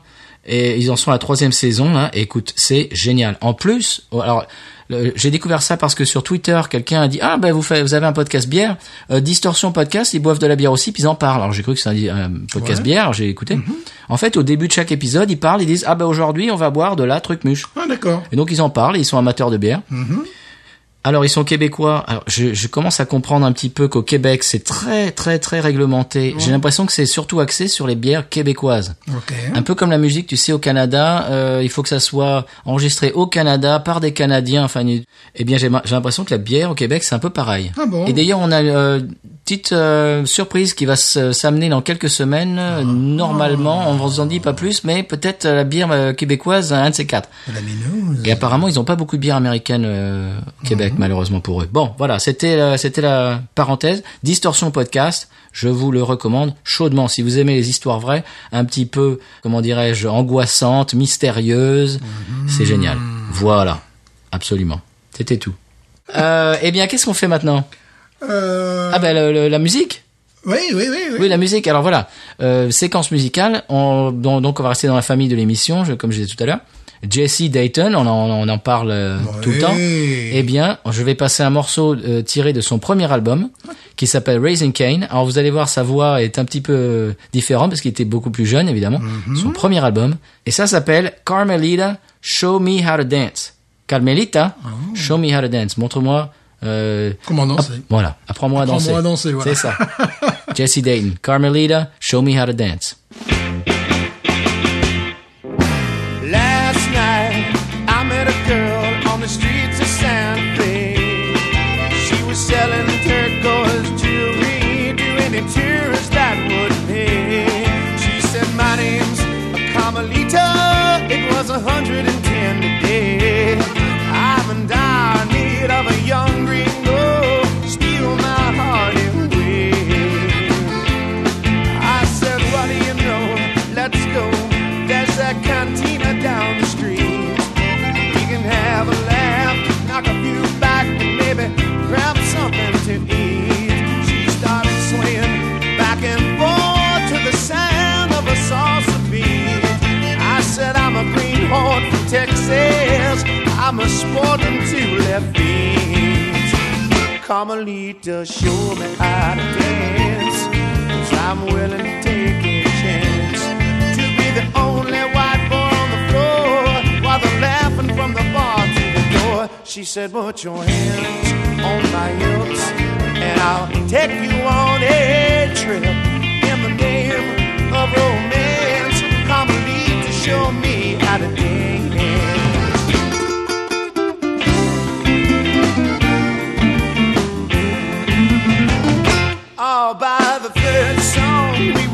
Speaker 3: Et ils en sont à la troisième saison, là. Et écoute, c'est génial. En plus, oh, alors, le- j'ai découvert ça parce que sur Twitter, quelqu'un a dit, ah, ben, vous, faites, vous avez un podcast bière, euh, Distorsion Podcast, ils boivent de la bière aussi, puis ils en parlent. Alors, j'ai cru que c'était un, un podcast
Speaker 2: Ouais.
Speaker 3: bière, j'ai écouté. En fait, au début de chaque épisode, ils parlent, ils disent, ah, ben, aujourd'hui, on va boire de la truc muche.
Speaker 2: Ah d'accord.
Speaker 3: Et donc ils en parlent, et ils sont amateurs de bière.
Speaker 2: Mhm.
Speaker 3: Alors ils sont québécois. Alors je, je commence à comprendre un petit peu qu'au Québec c'est très très très réglementé. J'ai l'impression que c'est surtout axé sur les bières québécoises.
Speaker 2: Ok.
Speaker 3: Un peu comme la musique, tu sais, au Canada, euh, il faut que ça soit enregistré au Canada par des Canadiens. Enfin, une- eh bien, j'ai ma- j'ai l'impression que la bière au Québec, c'est un peu pareil.
Speaker 2: Ah bon
Speaker 3: Et d'ailleurs, on a euh, une petite euh, surprise qui va se- s'amener dans quelques semaines.
Speaker 2: Ah.
Speaker 3: euh, Normalement, on vous en dit pas plus, mais peut-être euh, la bière euh, québécoise, un de ces quatre.
Speaker 2: La minouse.
Speaker 3: Et apparemment, ils n'ont pas beaucoup de bières américaines euh, au Québec, malheureusement pour eux. Bon, voilà, c'était euh, c'était la parenthèse. Distorsion podcast, je vous le recommande chaudement. Si vous aimez les histoires vraies, un petit peu, comment dirais-je, angoissantes, mystérieuses, c'est génial. Voilà, absolument. C'était tout. Euh, eh bien, qu'est-ce qu'on fait maintenant
Speaker 2: Euh,
Speaker 3: Ah ben, le- le- la musique
Speaker 2: Oui, oui, oui, oui.
Speaker 3: oui, la musique. Alors voilà, euh, séquence musicale. On, donc, donc, on va rester dans la famille de l'émission, je- comme je disais tout à l'heure. Jesse Dayton, on en, on en parle euh, tout le temps.
Speaker 2: Ouais.
Speaker 3: Eh bien, je vais passer un morceau euh, tiré de son premier album, qui s'appelle Raising Kane. Alors vous allez voir, sa voix est un petit peu euh, différente parce qu'il était beaucoup plus jeune, évidemment.
Speaker 2: Mhm.
Speaker 3: Son premier album, et ça s'appelle Carmelita, Show Me How to Dance. Carmelita, Show Me How to Dance. Montre-moi. euh,
Speaker 2: Comment Oh. danser
Speaker 3: voilà, apprends-moi à danser.
Speaker 2: Apprends-moi à danser, voilà.
Speaker 3: C'est ça. Jesse Dayton, Carmelita, show me how to dance.
Speaker 4: Last night I met a girl on the streets of Santa Fe. She was selling turquoise jewelry to any tourist that would pay. She said, My name's Carmelita. It was 110 today. I'm in dire need of a young gringo. Steal my heart away. I said, what do you know? Let's go. There's that cantina down the street. We can have a laugh, knock a few back, and maybe grab something to eat. She started swaying back and forth to the sound of a salsa beat. I said, I'm a greenhorn from Texas. I'm a sporting two left feet. Carmelita, show me how to dance. i I'm willing to take a chance to be the only white boy on the floor while they're laughing from the bar to the door. She said, Put your hands on my hips and I'll take you on a trip in the name of romance. Carmelita, show me how to dance. all by the third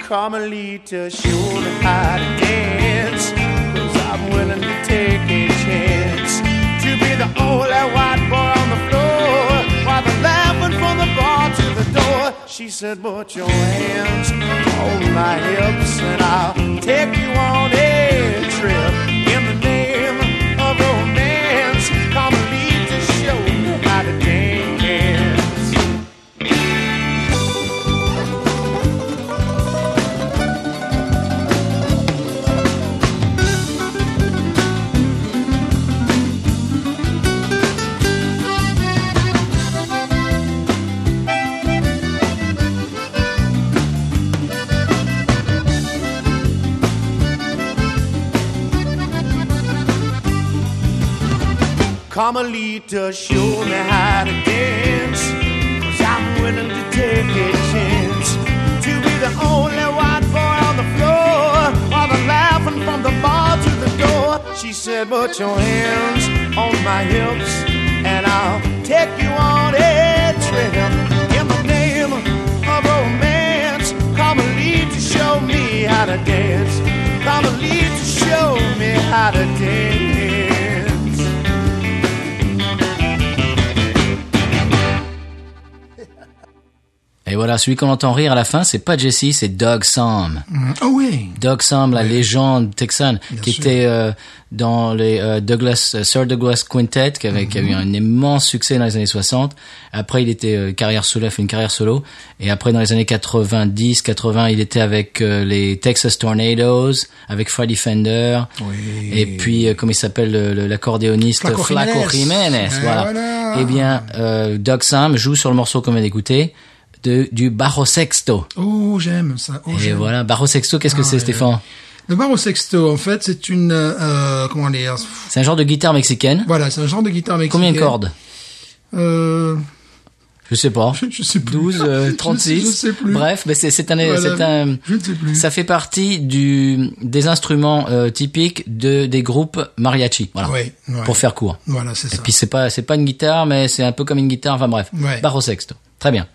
Speaker 4: Carmelita, show me how to dance. Cause I'm willing to take a chance to be the only white boy on the floor. While they're laughing from the bar to the door, she said, Put your hands on my hips, and I'll take you on a trip in the name of romance. Carmelita, show me how to dance. Carmelita, show me how to dance. Cause I'm willing to take a chance to be the only white boy on the floor. While they're laughing from the bar to the door, she said, Put your hands on my hips, and I'll take you on a trip in the name of romance. Carmelita, show me how to dance. Carmelita, show me how to dance.
Speaker 3: Et voilà, celui qu'on entend rire à la fin, c'est pas Jesse, c'est Doug Sam.
Speaker 2: Ah oui.
Speaker 3: Doug Sam, la légende texane, qui
Speaker 2: sûr.
Speaker 3: était euh, dans les euh, Douglas, euh, Sir Douglas Quintet, qui, avait, qui
Speaker 2: Mhm.
Speaker 3: a eu un immense succès dans les années 60. Après, il était euh, carrière solo, il a fait une carrière solo. Et après, dans les années 90, 80, il était avec euh, les Texas Tornadoes, avec Freddie Fender.
Speaker 2: Oui.
Speaker 3: Et puis, euh, comment il s'appelle, le- le- l'accordéoniste
Speaker 2: Flaco
Speaker 3: Flaco Jiménez.
Speaker 2: Jiménez. Eh
Speaker 3: voilà.
Speaker 2: voilà.
Speaker 3: Eh bien, euh, Doug Sam joue sur le morceau qu'on vient d'écouter de, du Barro Sexto.
Speaker 2: Oh, j'aime ça. Oh,
Speaker 3: Et
Speaker 2: j'aime.
Speaker 3: voilà, Barro Sexto, qu'est-ce que
Speaker 2: Ah,
Speaker 3: c'est,
Speaker 2: ouais.
Speaker 3: Stéphane
Speaker 2: Le barre au sexto, en fait, c'est une, euh, euh, comment dire,
Speaker 3: C'est un genre de guitare mexicaine.
Speaker 2: voilà, c'est un genre de guitare mexicaine.
Speaker 3: Combien de cordes
Speaker 2: Euh, [LAUGHS]
Speaker 3: Je sais pas.
Speaker 2: je, je sais plus.
Speaker 3: 12,
Speaker 2: Je
Speaker 3: euh,
Speaker 2: sais-
Speaker 3: 36.
Speaker 2: Je, sais plus.
Speaker 3: Bref, mais c'est c'est un,
Speaker 2: Voilà.
Speaker 3: c'est un,
Speaker 2: Je ne sais plus.
Speaker 3: ça fait partie du des instruments euh, typiques de des groupes mariachi. Voilà.
Speaker 2: Ouais, ouais.
Speaker 3: Pour faire court.
Speaker 2: Voilà, c'est ça.
Speaker 3: Puis c'est pas c'est pas une guitare, mais c'est un peu comme une guitare. Enfin bref,
Speaker 2: Ouais.
Speaker 3: barre au sexto. Très bien.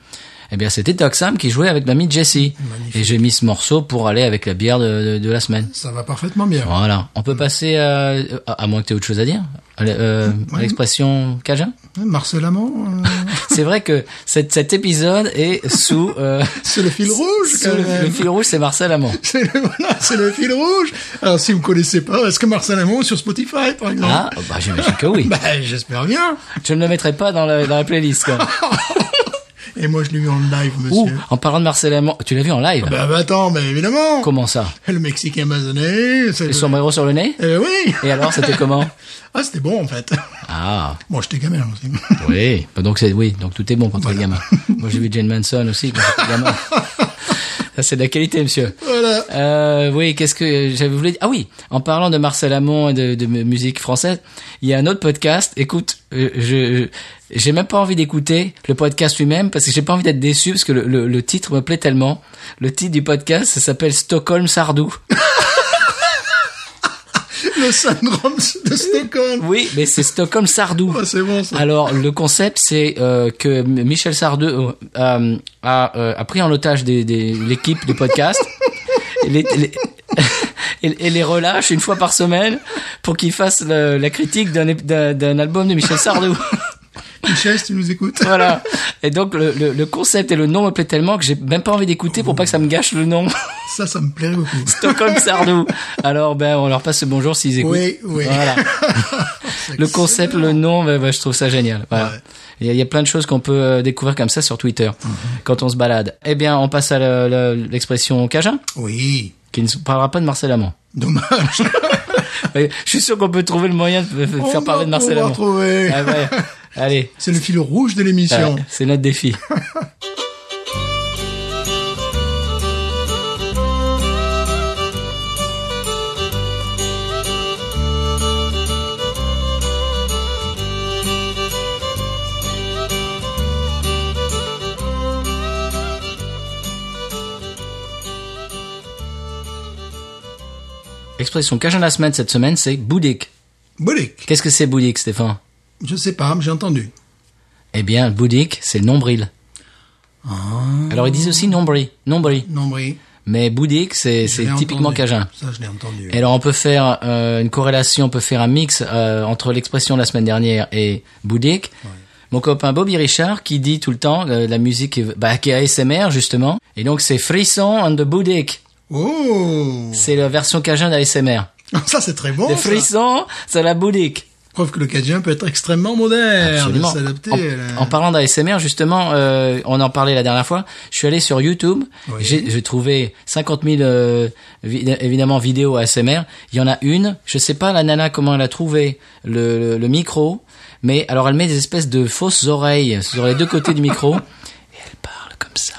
Speaker 3: Eh bien, c'était Doc Sam qui jouait avec mamie Jessie. Et j'ai mis ce morceau pour aller avec la bière de, de, de la semaine.
Speaker 2: Ça va parfaitement bien.
Speaker 3: Voilà. On peut
Speaker 2: Mm.
Speaker 3: passer à, à, à moins que tu aies autre chose à dire. À la- euh, à L'expression cajun.
Speaker 2: Hein, Marcel Amand,
Speaker 3: [LAUGHS]
Speaker 2: euh,
Speaker 3: C'est vrai que cet, cet épisode est sous, euh,
Speaker 2: c'est le fil rouge,
Speaker 3: sous
Speaker 2: quand
Speaker 3: le,
Speaker 2: même.
Speaker 3: le fil rouge, c'est Marcel Amand.
Speaker 2: [LAUGHS] C'est le, voilà, c'est le fil rouge. Alors, si vous connaissez pas, est-ce que Marcel Amand est sur Spotify, par exemple?
Speaker 3: Ah, bah j'imagine que oui.
Speaker 2: Bah, j'espère bien. [LAUGHS]
Speaker 3: Je ne le mettrai pas dans la, dans la playlist. Quoi.
Speaker 2: Et moi, je l'ai eu en live,
Speaker 3: Ouh,
Speaker 2: monsieur.
Speaker 3: en parlant de Marcel Amand, tu l'as vu en live
Speaker 2: Bah, bah, attends, mais évidemment.
Speaker 3: Comment ça
Speaker 2: Le Mexicain Mazané, c'est
Speaker 3: Le
Speaker 2: le...
Speaker 3: sombrero sur le nez
Speaker 2: Euh, oui.
Speaker 3: Et alors, c'était comment
Speaker 2: Ah, c'était bon, en fait. [LAUGHS]
Speaker 3: Ah,
Speaker 2: Bon, j'étais gamin aussi. [LAUGHS]
Speaker 3: oui. Bah, Donc c'est oui, donc tout est bon quand t'es gamin. Moi j'ai vu Jane Manson aussi quand j'étais
Speaker 2: [LAUGHS]
Speaker 3: gamin. Ça c'est de la qualité, monsieur.
Speaker 2: Voilà.
Speaker 3: Euh, oui, qu'est-ce que j'avais voulu dire Ah oui, en parlant de Marcel Amont et de, de mu- musique française, il y a un autre podcast. Écoute, euh, je je- j'ai même pas envie d'écouter le podcast lui-même parce que j'ai pas envie d'être déçu parce que le, le, le titre me plaît tellement. Le titre du podcast, ça s'appelle Stockholm Sardou.
Speaker 2: Le syndrome de Stockholm.
Speaker 3: Oui, mais c'est Stockholm Sardou.
Speaker 2: Ah, c'est bon, ça.
Speaker 3: Alors le concept c'est euh, que M- Michel Sardou euh, euh, a, euh, a pris en otage des, des- l'équipe du podcast et les, les- [LAUGHS] et- et les relâche une fois par semaine pour qu'il fasse le- la critique d'un, ép- d'un, d'un album de Michel Sardou. [LAUGHS] Ah.
Speaker 2: Michel, si tu nous écoutes.
Speaker 3: voilà. Et donc le, le, le concept et le nom me plaît tellement que j'ai même pas envie d'écouter pour pas que ça me gâche le nom. [LAUGHS]
Speaker 2: Ça, ça me plairait beaucoup.
Speaker 3: Stockholm Sardou. Alors ben on leur passe le bonjour s'ils écoutent.
Speaker 2: Oui, oui.
Speaker 3: Voilà.
Speaker 2: C'est
Speaker 3: Le concept, le nom, bah, bah, je trouve ça génial. Voilà.
Speaker 2: Ouais. Mhm.
Speaker 3: Il y, a, il y a plein de choses qu'on peut euh, découvrir comme ça sur Twitter quand on se balade. Eh bien, on passe à le- le- l'expression Cajun,
Speaker 2: excellent. Oui.
Speaker 3: qui ne parlera pas de Marcel
Speaker 2: [LAUGHS]
Speaker 3: Amand. [LAUGHS]
Speaker 2: Dommage.
Speaker 3: Mais je suis sûr qu'on peut trouver le moyen de f-
Speaker 2: On
Speaker 3: faire parler de
Speaker 2: va-
Speaker 3: Marcel
Speaker 2: on va
Speaker 3: Amand.
Speaker 2: trouver.
Speaker 3: Ah
Speaker 2: [LAUGHS]
Speaker 3: ouais. Ah. Allez,
Speaker 2: C'est le fil rouge de l'émission.
Speaker 3: Ouais, c'est notre défi. Expression cajun de la semaine cette semaine, c'est boudic.
Speaker 2: Boulik.
Speaker 3: Qu'est-ce que c'est boudic, Stéphane
Speaker 2: Je sais pas, mais j'ai entendu.
Speaker 3: Eh bien,
Speaker 2: Ah.
Speaker 3: boudic, c'est le nombril. Alors ils disent aussi nombril, nombril.
Speaker 2: Nombril.
Speaker 3: Mais boudic, c'est
Speaker 2: Je
Speaker 3: c'est
Speaker 2: l'ai
Speaker 3: typiquement
Speaker 2: entendu.
Speaker 3: cajun.
Speaker 2: Ça, je l'ai entendu.
Speaker 3: Et alors on peut faire euh, une corrélation, on peut faire un mix euh, entre l'expression de la semaine dernière et boudic. Mon copain Bobby Richard qui dit tout le temps euh, la musique est, bah, qui est ASMR justement. Et donc c'est frisson and the boudic.
Speaker 2: Oh
Speaker 3: C'est la version cajun d'ASMR.
Speaker 2: Ça, c'est très bon.
Speaker 3: Les
Speaker 2: Oh, ça.
Speaker 3: frissons, c'est la boudic.
Speaker 2: Preuve que le Cajun peut être extrêmement moderne,
Speaker 3: Absolument.
Speaker 2: s'adapter.
Speaker 3: En,
Speaker 2: à la-
Speaker 3: en parlant d'ASMR, justement, euh, on en parlait la dernière fois. Je suis allé sur YouTube.
Speaker 2: Oui.
Speaker 3: J'ai j'ai trouvé 50 000 euh, vi- évidemment vidéos ASMR. Il y en a une. Je sais pas la nana comment elle a trouvé le, le- le micro, mais alors elle met des espèces de fausses oreilles sur les deux côtés du
Speaker 2: [LAUGHS]
Speaker 3: micro et elle parle comme ça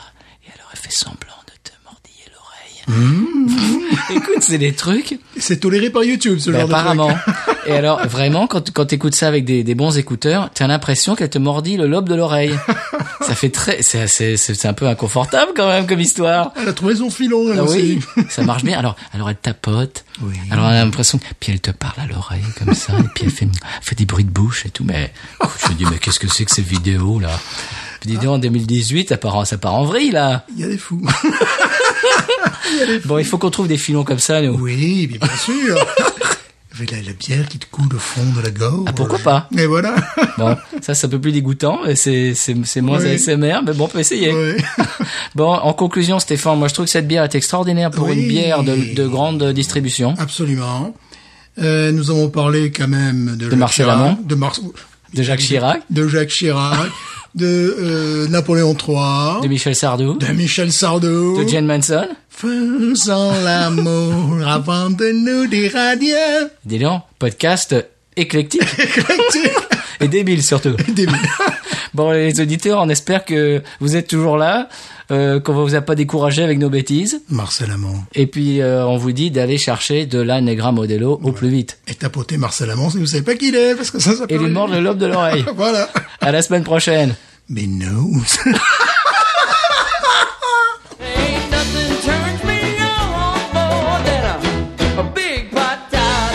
Speaker 3: et elle aurait fait semblant de te mordiller l'oreille.
Speaker 2: Mmh.
Speaker 3: [LAUGHS] Écoute, c'est des trucs.
Speaker 2: C'est toléré par YouTube, ce
Speaker 3: Ben,
Speaker 2: genre de
Speaker 3: apparemment.
Speaker 2: [LAUGHS] truc.
Speaker 3: Et alors, vraiment, quand, quand t'écoutes ça avec des, des bons écouteurs, t'as l'impression qu'elle te mordit le lobe de
Speaker 2: [LAUGHS]
Speaker 3: l'oreille. ça fait très, c'est, c'est, c'est c'est un peu inconfortable quand même comme histoire.
Speaker 2: Elle a trouvé son filon, elle
Speaker 3: Ah oui,
Speaker 2: aussi.
Speaker 3: ça marche bien. Alors, alors elle tapote.
Speaker 2: Oui.
Speaker 3: Alors on a l'impression, que- puis elle te parle à l'oreille comme ça, et puis elle fait, fait des bruits de bouche et tout. Mais écoute, je me dis, mais qu'est-ce que c'est que ces vidéos là Puis dis donc, en 2018, ça part, en- ça part en vrille là.
Speaker 2: [LAUGHS] Il y a des fous.
Speaker 3: Bon, il faut qu'on trouve des filons comme ça, nous.
Speaker 2: oui, mais bien sûr.
Speaker 3: [LAUGHS]
Speaker 2: Avec la, la bière qui te coule au fond de la gorge.
Speaker 3: Ah, pourquoi pas [LAUGHS]
Speaker 2: Et voilà.
Speaker 3: Bon, ça, c'est un peu plus dégoûtant, et c'est, c'est, c'est moins
Speaker 2: Oui.
Speaker 3: ASMR, mais bon, on peut essayer.
Speaker 2: Ouais.
Speaker 3: Bon, en conclusion, Stéphane, moi je trouve que cette bière est extraordinaire pour
Speaker 2: Oui. Ah
Speaker 3: une bière de, de grande distribution.
Speaker 2: [LAUGHS] Absolument. Euh, nous avons parlé quand même de, Jacques
Speaker 3: Marcel
Speaker 2: Chirac,
Speaker 3: Amand.
Speaker 2: de, Marce-
Speaker 3: De Jacques Chirac.
Speaker 2: de
Speaker 3: [LAUGHS]
Speaker 2: Jacques Chirac, de euh, Napoléon III,
Speaker 3: De Michel Sardou,
Speaker 2: de Michel Sardou,
Speaker 3: de Jane Manson.
Speaker 2: faisant
Speaker 3: [LAUGHS]
Speaker 2: l'amour avant de nous dire
Speaker 3: [LAUGHS]
Speaker 2: adieu.
Speaker 3: Dis donc, podcast éclectique
Speaker 2: Éclectique.
Speaker 3: et débile surtout.
Speaker 2: Début.
Speaker 3: Bon, les auditeurs, on espère que vous êtes toujours là, euh, qu'on ne vous a pas découragé avec nos bêtises.
Speaker 2: [LAUGHS] Marcel Amand.
Speaker 3: Et puis, euh, on vous dit d'aller chercher de la Negra Modelo au plus vite.
Speaker 2: Et tapoter Marcel Amand si vous savez pas qui il est, parce que ça, ça peut
Speaker 3: Et lui
Speaker 2: arriver.
Speaker 3: mordre le lobe de l'oreille.
Speaker 2: [LAUGHS] Voilà.
Speaker 3: À la semaine prochaine.
Speaker 2: Mais non.
Speaker 5: Ain't
Speaker 2: [LAUGHS]
Speaker 5: nothing turns me on more than a, a big patat.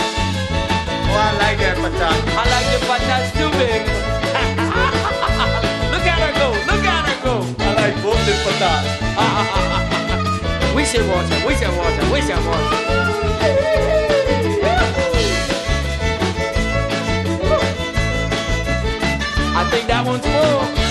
Speaker 5: Oh, I like that patat. I like the patats too big. [LAUGHS] look at her go, look at her go. I like both the [LAUGHS] patats. we should watch her, we should watch her, we should watch her. I think that one's full.